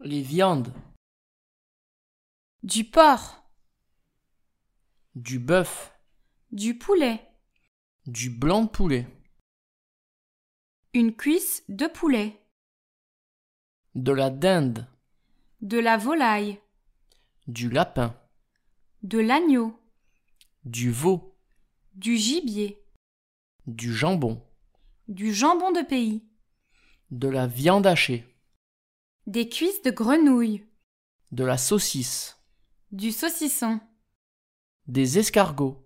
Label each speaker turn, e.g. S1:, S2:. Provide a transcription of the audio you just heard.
S1: les viandes,
S2: du porc,
S1: du bœuf,
S2: du poulet,
S1: du blanc de poulet,
S2: une cuisse de poulet,
S1: de la dinde,
S2: de la volaille,
S1: du lapin,
S2: de l'agneau,
S1: du veau,
S2: du gibier,
S1: du jambon,
S2: du jambon de pays,
S1: de la viande hachée,
S2: des cuisses de grenouille,
S1: de la saucisse,
S2: du saucisson.
S1: des escargots,